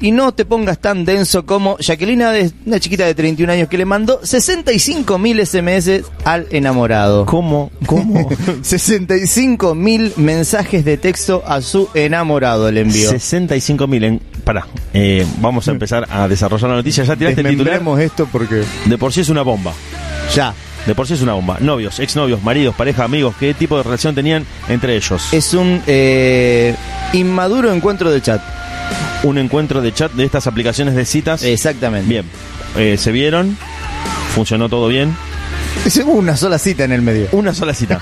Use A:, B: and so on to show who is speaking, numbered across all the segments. A: y no te pongas tan denso como Jacquelina, de- una chiquita de 31 años que le mandó 65.000 SMS al enamorado.
B: ¿Cómo? ¿Cómo?
A: 65.000 mensajes de texto a su enamorado le envió.
B: 65.000 en... Pará, eh, vamos a empezar a desarrollar la noticia. Ya tiraste el titular.
C: Desmembremos esto porque
B: De por sí es una bomba.
A: Ya.
B: De por sí es una bomba. Novios, exnovios, maridos, pareja, amigos, ¿qué tipo de relación tenían entre ellos?
A: Es un eh, inmaduro encuentro de chat.
B: un encuentro de chat de estas aplicaciones de citas.
A: Exactamente.
B: Bien, eh, se vieron, funcionó todo bien.
A: Es una sola cita en el medio.
B: Una sola cita.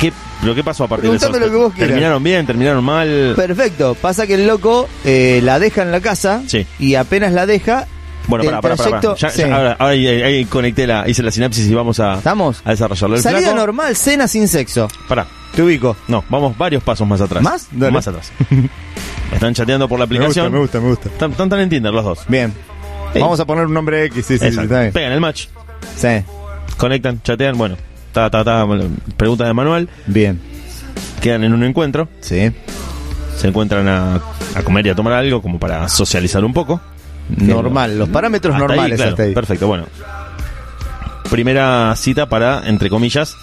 B: ¿Qué, ¿Pero qué pasó a partir
A: Preguntame
B: de
A: lo
B: eso?
A: que vos quieras.
B: ¿Terminaron bien? ¿Terminaron mal?
A: Perfecto. Pasa que el loco eh, la deja en la casa
B: Sí.
A: y apenas la deja.
B: bueno,
A: el
B: pará, pará, pará, pará.
A: trayecto-
B: Ya-
A: sí.
B: ya- ahora, ahora ahí, ahí- ahí conecté la, hice la sinapsis y vamos a,
A: ¿Estamos?
B: a desarrollarlo. El
A: Salida
B: flaco-
A: normal, cena sin sexo.
B: Pará,
A: Te ubico.
B: no, vamos varios pasos más atrás.
A: ¿Más? Dale.
B: Más atrás. Están chateando por la
C: me gusta,
B: aplicación.
C: me gusta, me gusta.
B: Están, están- están en Tinder los dos.
A: Bien.
B: Eh,
C: Vamos a poner un nombre X, sí, sí, sí,
B: exacto.
C: está bien.
B: Pegan el match,
A: Sí.
B: conectan, chatean, bueno. Ta, ta, ta, preguntas de manual.
A: Bien.
B: Quedan en un encuentro.
A: Sí.
B: se encuentran a, a comer y a tomar algo como para socializar un poco.
A: Normal. Los parámetros
B: Hasta ahí,
A: normales
B: claro,
A: hasta ahí.
B: Perfecto, bueno. Primera cita para, entre comillas,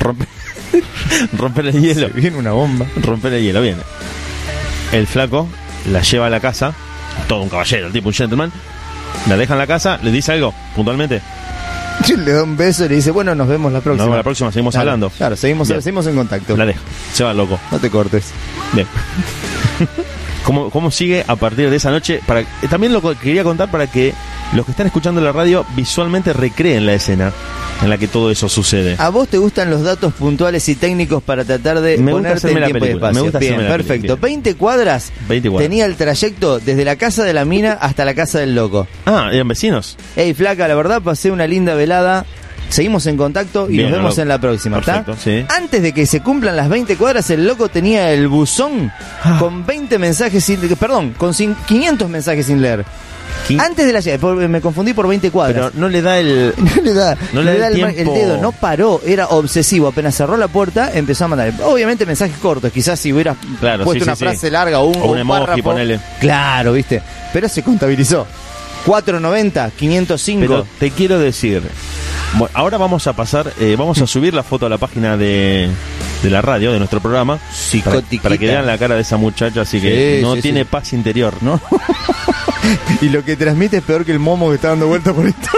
B: romper, romper el hielo.
C: Viene una bomba.
B: Romper el hielo, bien. El flaco la lleva a la casa, todo un caballero, el tipo un gentleman. La deja en la casa, le dice algo puntualmente.
A: Le da un beso y le dice, bueno, nos vemos la
B: Nos
A: próxima.
B: vemos la próxima, seguimos
A: Claro,
B: hablando.
A: Claro, seguimos,
B: Bien.
A: seguimos en contacto.
B: La deja, se va loco.
A: No te cortes.
B: Bien. ¿Cómo, ¿Cómo sigue a partir de esa noche? Para, eh, también lo co- quería contar para que los que están escuchando la radio visualmente recreen la escena en la que todo eso sucede.
A: ¿A vos te gustan los datos puntuales y técnicos para tratar de
B: Me gusta
A: ponerte en
B: hacerme la
A: tiempo y
B: película,
A: espacio?
B: me gusta
A: Bien,
B: hacerme la
A: perfecto.
B: película.
A: 20 cuadras
B: 20 cuadras.
A: tenía el trayecto desde la casa de la mina hasta la casa del loco.
B: Ah, eran vecinos.
A: Ey, flaca, la verdad pasé una linda velada. Seguimos en contacto y
B: Bien,
A: nos vemos
B: loco.
A: en la próxima, ¿está?
B: Perfecto, sí.
A: Antes de que se cumplan las 20 cuadras, el loco tenía el buzón con 20 mensajes sin... Perdón, con cin- 500 mensajes sin leer.
B: Quin-
A: Antes de la llegada, por- me confundí por 20
B: Pero
A: cuadras.
B: no le da el.
A: no le da,
B: no le da el
A: el, ma- el
B: tiempo.
A: dedo, no paró, era obsesivo. Apenas cerró la puerta, empezó a mandar. Obviamente mensajes cortos, quizás si hubieras
B: Claro,
A: puesto
B: sí, sí,
A: una
B: sí.
A: frase larga o un,
B: O
A: o
B: un
A: un
B: emoji,
A: párrafo.
B: ponele.
A: Claro, viste. Pero se contabilizó. 490, 505.
B: Pero te quiero decir. Bueno, ahora vamos a pasar, eh, vamos a subir la foto a la página de, de la radio, de nuestro programa. Para,
A: Psicotiquita.
B: para que vean la cara de esa muchacha, así que
A: Sí,
B: no
A: sí,
B: tiene
A: sí.
B: paz interior.
A: ¿no?
C: Y lo que transmite es peor que el momo que está dando vuelta por esto.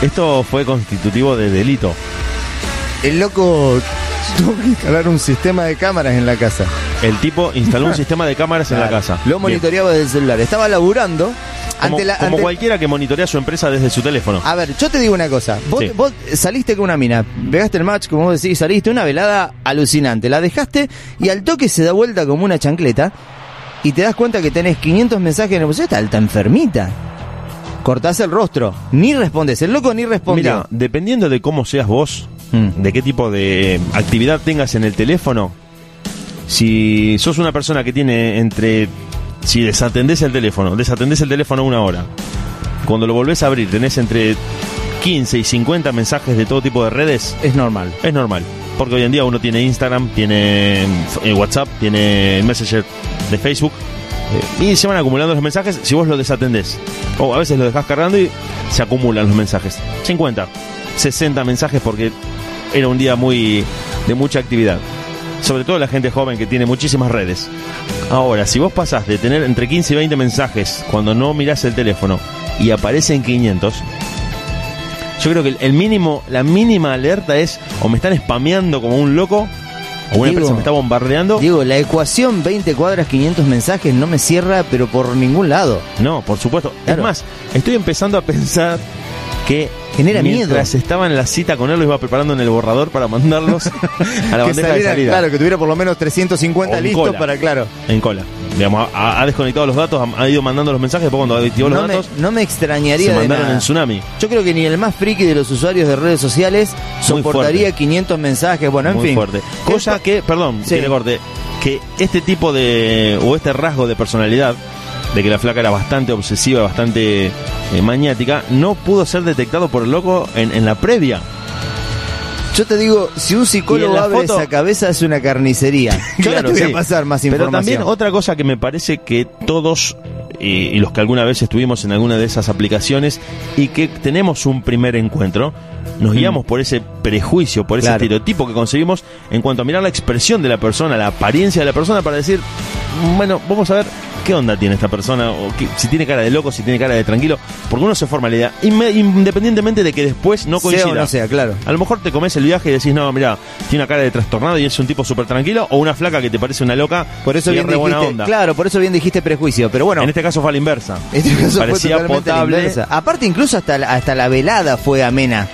B: Esto fue constitutivo de delito.
C: El loco tuvo que instalar un sistema de cámaras en la casa.
B: El tipo instaló un sistema de cámaras en la
A: Claro.
B: casa.
A: Lo
B: Bien.
A: monitoreaba desde el celular. Estaba laburando.
B: Como,
A: ante la,
B: como
A: ante-
B: cualquiera que monitorea su empresa desde su teléfono.
A: A ver, yo te digo una cosa. Vos,
B: Sí.
A: vos saliste con una mina, pegaste el match, como vos decís, saliste una velada alucinante. La dejaste y al toque se da vuelta como una chancleta y te das cuenta que tenés 500 mensajes en el bolsillo. Está alta enfermita. Cortás el rostro. Ni respondes. El loco ni respondió.
B: Mira, dependiendo de cómo seas vos,
A: Mm.
B: de qué tipo de eh, actividad tengas en el teléfono, si sos una persona que tiene entre... Si desatendés el teléfono, desatendés el teléfono una hora, cuando lo volvés a abrir tenés entre 15 y 50 mensajes de todo tipo de redes,
A: Es normal.
B: es normal. Porque hoy en día uno tiene Instagram, tiene eh, WhatsApp, tiene el Messenger de Facebook. eh, Y se van acumulando los mensajes si vos lo desatendés. O a veces lo dejás cargando y se acumulan los mensajes. 50, 60 mensajes porque era un día muy de mucha actividad. Sobre todo la gente joven que tiene muchísimas redes. Ahora, si vos pasás de tener entre 15 y 20 mensajes cuando no mirás el teléfono y aparecen 500, yo creo que el- el mínimo, la mínima alerta es o me están spameando como un loco, o una
A: Digo-
B: empresa me está bombardeando.
A: Digo, la ecuación 20 cuadras, 500 mensajes no me cierra, pero por ningún lado.
B: No, por supuesto.
A: Claro.
B: Es más, estoy empezando a pensar que
A: Genera
B: mientras estaba en la cita con él, lo iba preparando en el borrador para mandarlos a la
C: que
B: bandeja de
C: saliera,
B: salida.
C: Claro, que tuviera por lo menos 350
B: O en
C: listos
B: cola.
C: para, claro.
B: En cola. Digamos, ha, ha desconectado los datos, ha, ha ido mandando los mensajes, después cuando activó los
A: no, me,
B: datos,
A: no me
B: se
A: extrañaría de
B: mandaron
A: nada.
B: en tsunami.
A: Yo creo que ni el más friki de los usuarios de redes sociales soportaría
B: fuerte.
A: 500 mensajes. Bueno, en
B: Muy
A: fin.
B: fuerte. Cosa
A: Esto-
B: que, perdón,
A: Sí.
B: que le corte, que este tipo de, o este rasgo de personalidad, de que la flaca era bastante obsesiva, bastante eh, maniática no pudo ser detectado por el loco en, en la previa.
A: Yo te digo, si un
B: Y
A: psicólogo
B: en la
A: abre
B: foto-
A: esa cabeza es una carnicería. Yo
B: Claro,
A: no te voy
B: sí.
A: a pasar más
B: Pero
A: información.
B: también otra cosa que me parece que todos y, y los que alguna vez estuvimos en alguna de esas aplicaciones y que tenemos un primer encuentro, nos guiamos por ese prejuicio, por
A: Mm.
B: ese
A: Claro.
B: estereotipo que concebimos en cuanto a mirar la expresión de la persona, la apariencia de la persona para decir, "Mm, bueno, vamos a ver qué onda tiene esta persona, o qué- si tiene cara de loco, si tiene cara de tranquilo, porque uno se forma la idea, inme- independientemente de que después no coincida.
A: sea o no sea, claro.
B: A lo mejor te comes el viaje y decís, no, mira, tiene una cara de trastornado y es un tipo súper tranquilo, o una flaca que te parece una loca
A: Por eso
B: y es
A: bien
B: re buena
A: dijiste,
B: onda.
A: claro, por eso bien dijiste prejuicio, pero bueno,
B: En este caso fue a la inversa.
A: en este caso fue
B: Parecía
A: totalmente la
B: potable.
A: inversa. Aparte incluso hasta la, hasta la velada fue amena.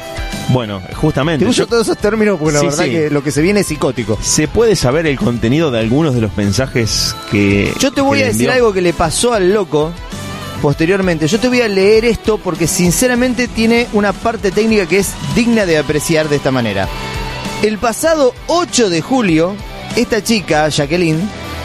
B: Bueno, justamente.
C: Te uso
B: yo-
C: todos esos términos porque la
B: Sí,
C: verdad
B: sí.
C: que lo que se viene es psicótico.
B: ¿Se puede saber el contenido de algunos de los mensajes que.
A: Yo te
B: que
A: voy
B: le
A: a decir
B: envió?
A: algo que le pasó al loco posteriormente. Yo te voy a leer esto porque sinceramente tiene una parte técnica que es digna de apreciar de esta manera. El pasado 8 de julio, esta chica, Jacqueline,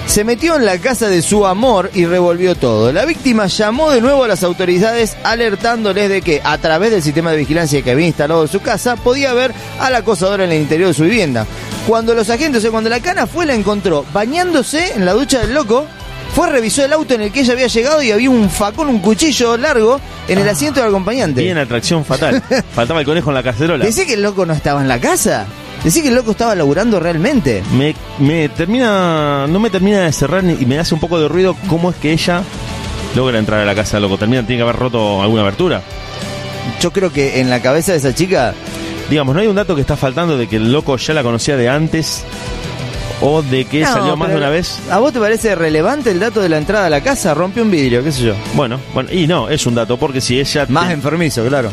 A: se metió en la casa de su amor y revolvió todo. La víctima llamó de nuevo a las autoridades alertándoles de que a través del sistema de vigilancia que había instalado en su casa podía ver al acosador en el interior de su vivienda. Cuando los agentes, o sea, cuando la cana fue la encontró bañándose en la ducha del loco, fue revisó el auto en el que ella había llegado y había un facón, un cuchillo largo en el asiento del acompañante.
B: Bien, atracción fatal. Faltaba el conejo en la cacerola.
A: Decí que el loco no estaba en la casa. Decí que el loco estaba laburando realmente.
B: Me, me termina. No me termina de cerrar ni- y me hace un poco de ruido cómo es que ella logra entrar a la casa loco. Termina, tiene que haber roto alguna abertura.
A: Yo creo que en la cabeza de esa chica
B: Digamos, ¿no hay un dato que está faltando de que el loco ya la conocía de antes? ¿O de que
A: No,
B: salió más de
A: pero
B: una vez?
A: ¿A vos te parece relevante el dato de la entrada a la casa? Rompió un vidrio, qué sé yo.
B: Bueno, bueno, y no, es un dato, porque si ella...
A: Más
B: te-
A: enfermizo, claro.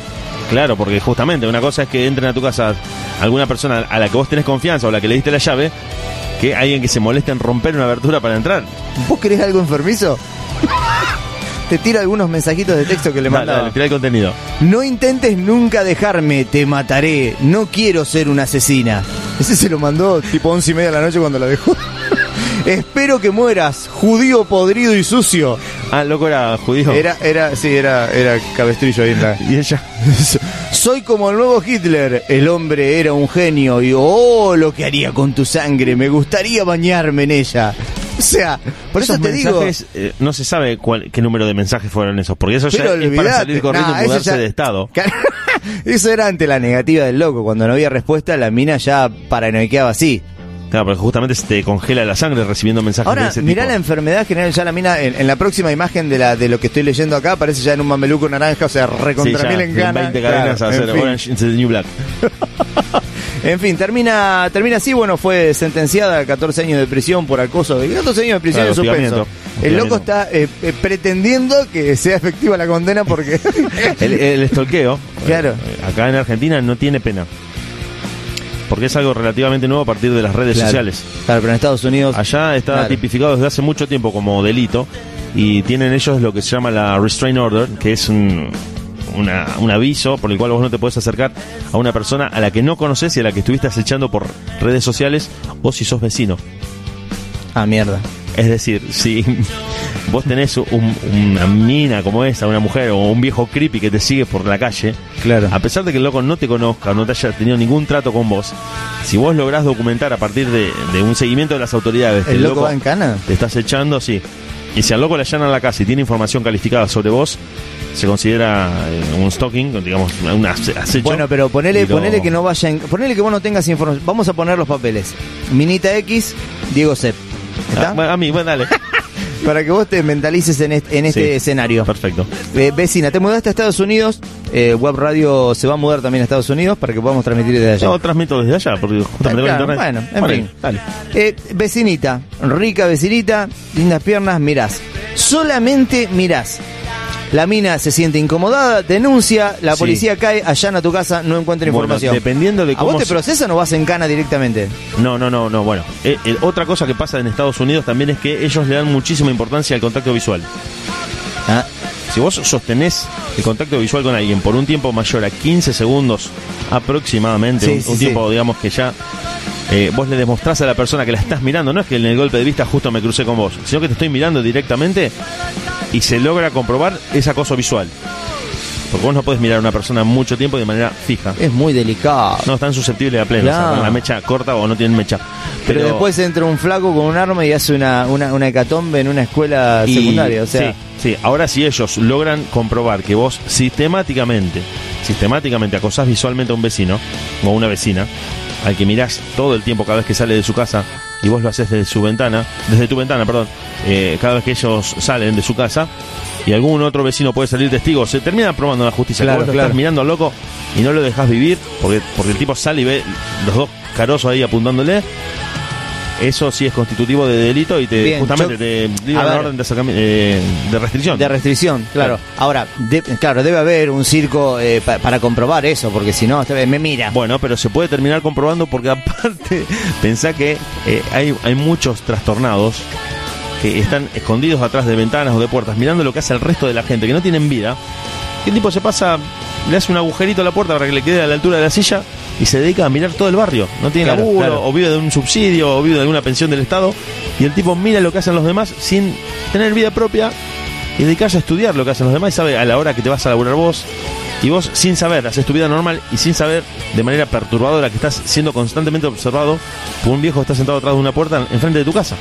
B: Claro, porque justamente una cosa es que entren a tu casa alguna persona a la que vos tenés confianza o a la que le diste la llave, que alguien que se moleste en romper una abertura para entrar.
A: ¿Vos querés algo enfermizo? te tira algunos mensajitos de texto que le
B: Dale,
A: mandaba.
B: dale, tirá el contenido.
A: No intentes nunca dejarme, te mataré. No quiero ser una asesina.
C: Ese se lo mandó tipo once y media de la noche cuando la dejó.
A: Espero que mueras, judío podrido y sucio.
B: Ah, loco era judío.
C: Era, era, sí, era, era cabestrillo ahí en la.
B: Y ella...
A: Soy como el nuevo Hitler. El hombre era un genio y oh, lo que haría con tu sangre. Me gustaría bañarme en ella. O sea, por eso
B: Esos
A: te digo.
B: mensajes, eh, no se sabe cuál, qué número de mensajes fueron esos, porque eso ya
A: Pero
B: es para salir
A: olvidate.
B: corriendo
A: Nah,
B: y
A: eso
B: mudarse
A: ya-
B: de estado.
A: Eso era ante la negativa del loco. Cuando no había respuesta, la mina ya paranoiqueaba así.
B: Claro, porque justamente se te congela la sangre recibiendo mensajes de
A: Ahora,
B: ese
A: mirá
B: tipo.
A: la enfermedad general ya la mina. En, en la próxima imagen de, la, de lo que estoy leyendo acá, aparece ya en un mameluco naranja, o sea,
B: Sí,
A: recontra
B: ya,
A: mil
B: en
A: en gana.
B: 20
A: Claro,
B: cadenas a
A: en
B: hacer
A: fin.
B: Orange is the New Black.
A: En fin, termina, termina así, bueno, fue sentenciada a 14 años de prisión por acoso. de- 14 años de prisión
B: Claro,
A: en suspenso.
B: hostigamiento.
A: El loco
B: Hostigamiento.
A: está eh, eh, pretendiendo que sea efectiva la condena porque...
B: El, el estolqueo,
A: Claro.
B: eh, acá en Argentina no tiene pena. Porque es algo relativamente nuevo a partir de las redes
A: Claro.
B: sociales.
A: Claro, pero en Estados Unidos...
B: Allá está
A: Claro.
B: tipificado desde hace mucho tiempo como delito y tienen ellos lo que se llama la restraint order, que es un, una- un aviso por el cual vos no te puedes acercar a una persona a la que no conoces y a la que estuviste acechando por redes sociales o si sos vecino.
A: Ah, mierda.
B: Es decir, si vos tenés un- una mina como esa, una mujer o un viejo creepy que te sigue por la calle,
A: Claro.
B: a pesar de que el loco no te conozca, no te haya tenido ningún trato con vos, si vos lográs documentar a partir de, de un seguimiento de las autoridades, que
A: ¿El loco va en cana?
B: te estás echando, sí. Y si al loco le allanan la casa y tiene información calificada sobre vos, se considera eh, un stalking, digamos, un ace- acecho.
A: Bueno, pero ponele,
B: Y lo-
A: ponele que no vayan, ponele que vos no tengas información. Vamos a poner los papeles. Minita X, Diego Sepp. ¿Está?
B: Ah, bueno, a mí, bueno, dale.
A: Para que vos te mentalices en este, en este
B: Sí.
A: escenario.
B: Perfecto.
A: Eh, vecina, te mudaste a Estados Unidos. Eh, Web Radio se va a mudar también a Estados Unidos para que podamos transmitir desde allá.
B: Yo transmito desde allá, porque justamente
A: Claro,
B: con internet.
A: bueno, en fin.
B: dale.
A: Eh, vecinita, rica vecinita, lindas piernas, mirás. Solamente mirás. La mina se siente incomodada, denuncia, la
B: Sí.
A: policía cae, allana tu casa, no encuentra
B: Bueno,
A: información.
B: dependiendo de
A: ¿A vos
B: cómo
A: te
B: se-
A: procesan o vas en cana directamente?
B: No, no, no, no. Bueno, Eh, eh, otra cosa que pasa en Estados Unidos también es que ellos le dan muchísima importancia al contacto visual.
A: Ah,
B: Si vos sostenés el contacto visual con alguien por un tiempo mayor a 15 segundos aproximadamente,
A: Sí,
B: un,
A: sí,
B: un
A: sí.
B: tiempo, digamos, que ya eh, vos le demostrás a la persona que la estás mirando, no es que en el golpe de vista justo me crucé con vos, sino que te estoy mirando directamente y se logra comprobar ese acoso visual. Porque vos no podés mirar a una persona mucho tiempo de manera fija.
A: Es muy delicado.
B: No, están susceptibles a pleno.
A: Claro.
B: o sea, con la mecha corta o no tienen mecha.
A: pero, después entra un flaco con un arma y hace una, una, una hecatombe en una escuela
B: y-
A: secundaria. O sea,
B: sí, sí. Ahora si ellos logran comprobar que vos sistemáticamente, sistemáticamente acosás visualmente a un vecino o a una vecina, al que mirás todo el tiempo cada vez que sale de su casa y vos lo haces desde su ventana, desde tu ventana, perdón, eh, cada vez que ellos salen de su casa y algún otro vecino puede salir testigo, se termina probando la justicia. que
A: Claro,
B: vos lo
A: claro.
B: estás mirando al loco y no lo dejas vivir porque porque el tipo sale y ve los dos carosos ahí apuntándole. Eso sí es constitutivo de delito y te
A: Bien,
B: justamente
A: yo-
B: te libra
A: a
B: la
A: ver.
B: orden de, acercami- eh, de restricción.
A: de restricción, claro.
B: Claro.
A: Ahora, de- claro, debe haber un circo eh, pa- para comprobar eso, porque si no, esta vez me mira.
B: bueno, pero se puede terminar comprobando porque aparte pensá que eh, hay, hay muchos trastornados que están escondidos atrás de ventanas o de puertas mirando lo que hace el resto de la gente, que no tienen vida. Y el tipo se pasa, le hace un agujerito a la puerta para que le quede a la altura de la silla y se dedica a mirar todo el barrio. No tiene
A: Claro,
B: laburo,
A: claro.
B: o vive de un subsidio, o vive de alguna pensión del Estado. Y el tipo mira lo que hacen los demás sin tener vida propia y dedicarse a estudiar lo que hacen los demás y sabe a la hora que te vas a laburar vos. Y vos, sin saber, haces tu vida normal y sin saber de manera perturbadora que estás siendo constantemente observado por un viejo que está sentado atrás de una puerta enfrente de tu casa.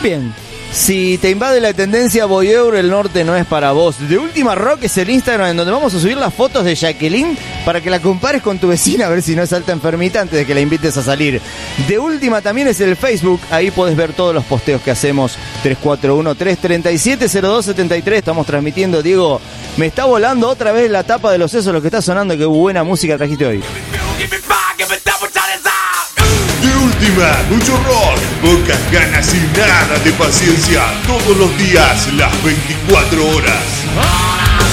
A: Bien. Si te invade la tendencia voyeur, el norte no es para vos. De Última Rock es el Instagram en donde vamos a subir las fotos de Jacqueline para que la compares con tu vecina a ver si no es alta enfermita antes de que la invites a salir. De Última también es el Facebook, ahí podés ver todos los posteos que hacemos. 341-337-0273, estamos transmitiendo. Diego, me está volando otra vez la tapa de los sesos lo que está sonando. Qué buena música trajiste hoy.
D: Give me five, give me double, shot is out.
E: De última, mucho rock, pocas ganas y nada de paciencia. Todos los días, las 24 horas.
D: All I